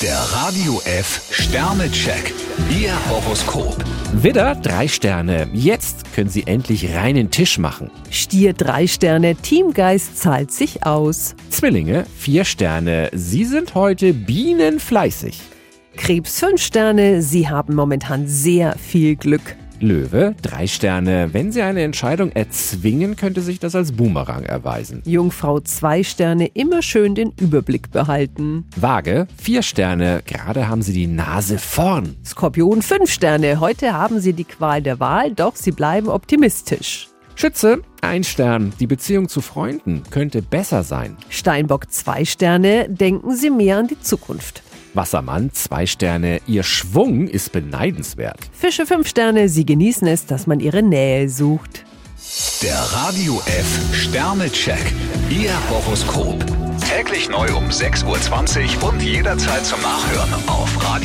Der Radio F Sternecheck. Ihr Horoskop. Widder, drei Sterne. Jetzt können Sie endlich reinen Tisch machen. Stier drei Sterne, Teamgeist zahlt sich aus. Zwillinge, vier Sterne. Sie sind heute bienenfleißig. Krebs fünf Sterne, Sie haben momentan sehr viel Glück. Löwe, drei Sterne. Wenn Sie eine Entscheidung erzwingen, könnte sich das als Boomerang erweisen. Jungfrau zwei Sterne, immer schön den Überblick behalten. Waage, vier Sterne. Gerade haben Sie die Nase vorn. Skorpion fünf Sterne, heute haben Sie die Qual der Wahl, doch Sie bleiben optimistisch. Schütze, ein Stern. Die Beziehung zu Freunden könnte besser sein. Steinbock zwei Sterne, denken Sie mehr an die Zukunft. Wassermann, zwei Sterne. Ihr Schwung ist beneidenswert. Fische fünf Sterne, Sie genießen es, dass man Ihre Nähe sucht. Der Radio F Sternecheck. Ihr Horoskop. Täglich neu um 6.20 Uhr und jederzeit zum Nachhören auf